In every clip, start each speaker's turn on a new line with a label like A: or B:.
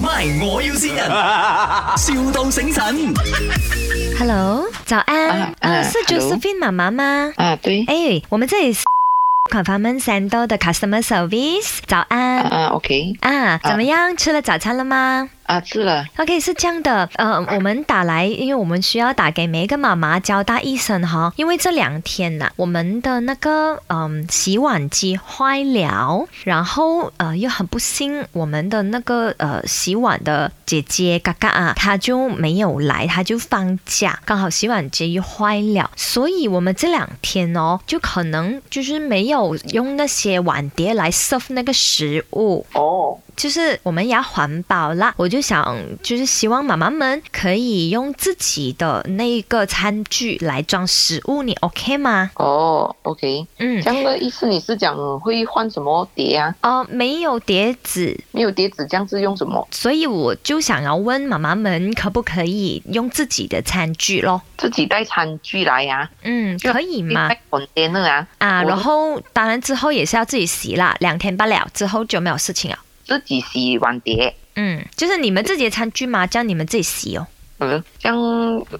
A: My，我要先人，, 笑到醒神。
B: Hello，早安
C: 啊，
B: 呃，
C: 啊
B: 是
C: hello
B: Josephine 妈妈吗？
C: 啊，对，
B: 哎，我们这里是 Conference Center 的 Customer Service，早
C: 啊
B: 安。
C: 啊，OK，
B: 啊，怎么样？吃了早餐了吗
C: 啊，是了，
B: ？OK，是这样的，呃，我们打来，因为我们需要打给每一个妈妈交代一声哈，因为这两天呐、我们的那个嗯、洗碗机坏了，然后呃又很不幸，我们的那个呃洗碗的姐姐嘎嘎啊，她就没有来，她就放假，刚好洗碗机又坏了，所以我们这两天哦，就可能就是没有用那些碗碟来 serve 那个食物，
C: 哦，
B: 就是我们也要环保啦，我就想就是希望妈妈们可以用自己的那个餐具来装食物，你 OK 吗？
C: 哦，OK，
B: 嗯
C: 这，样的意思你是讲会换什么碟啊？
B: 哦、没有碟子，
C: 没有碟子，这样是用什么？
B: 所以我就想要问妈妈们可不可以用自己的餐具咯？
C: 自己带餐具来呀、
B: 嗯，可以
C: 啊，
B: 吗？
C: 带 container 啊，
B: 啊，
C: 我
B: 然后当然之后也是要自己洗啦，两天罢了，之后就没有事情了。
C: 自己洗碗碟。
B: 嗯，就是你们自己的餐具嘛，这样你们自己洗哦。
C: 嗯，这样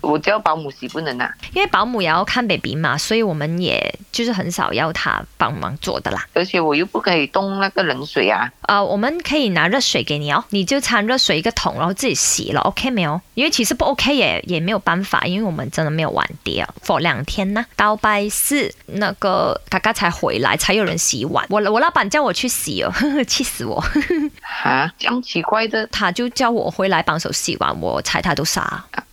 C: 我叫保姆洗不能啊，
B: 因为保姆也要看 baby 嘛，所以我们也就是很少要他帮忙做的啦。
C: 而且我又不可以动那个冷水啊。
B: 呃，我们可以拿热水给你哦，你就掺热水一个桶，然后自己洗了，OK 没有？因为其实不 OK 也也没有办法，因为我们真的没有碗碟哦，for 两天呢，到拜四那个嘎嘎才回来，才有人洗碗。我我老板叫我去洗哦， 呵呵气死我！
C: 哈，啊这样奇怪的，
B: 他就叫我回来帮手洗碗，我猜他都傻。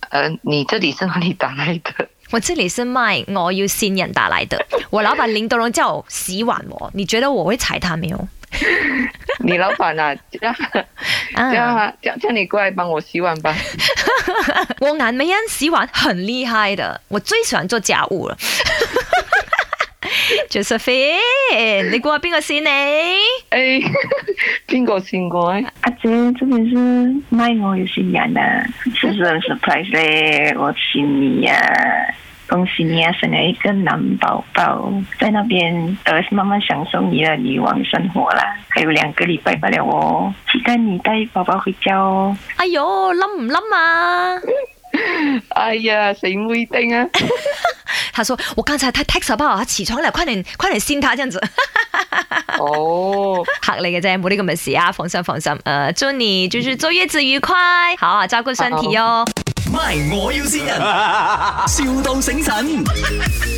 C: 呃，你这里是哪里打来 的？
B: 我这里是卖我要新人打来的，我老板林德龙叫我洗碗哦，你觉得我会踩他没有？
C: 你老板啊，这样
B: 啊
C: 这样啊，叫叫你过来帮我洗碗吧。
B: 我眼美人洗碗很厉害的，我最喜欢做家务了。Josephine，你估下边个先你？
C: 哎， 边个先过啊？
D: 阿姐，这边是卖我有新人啊，是不是很 surprise 嘞？我请你呀、恭喜你啊，生了一个男宝宝，在那边呃慢慢享受你的女王生活啦，还有两个礼拜罢了哦，期待你带宝宝回家哦。
B: 哎哟，冧唔冧啊？
C: 哎呀，谁会定啊？
B: 他说我刚才他 text 好不好？他起床了，快点快点先他这样子
C: 哦，
B: 吓你嘅啫，冇呢咁嘅事啊，放心放心。呃，祝你就是坐月子愉快，好啊，照顾身体哦。
A: My，我要先人，,笑到醒神。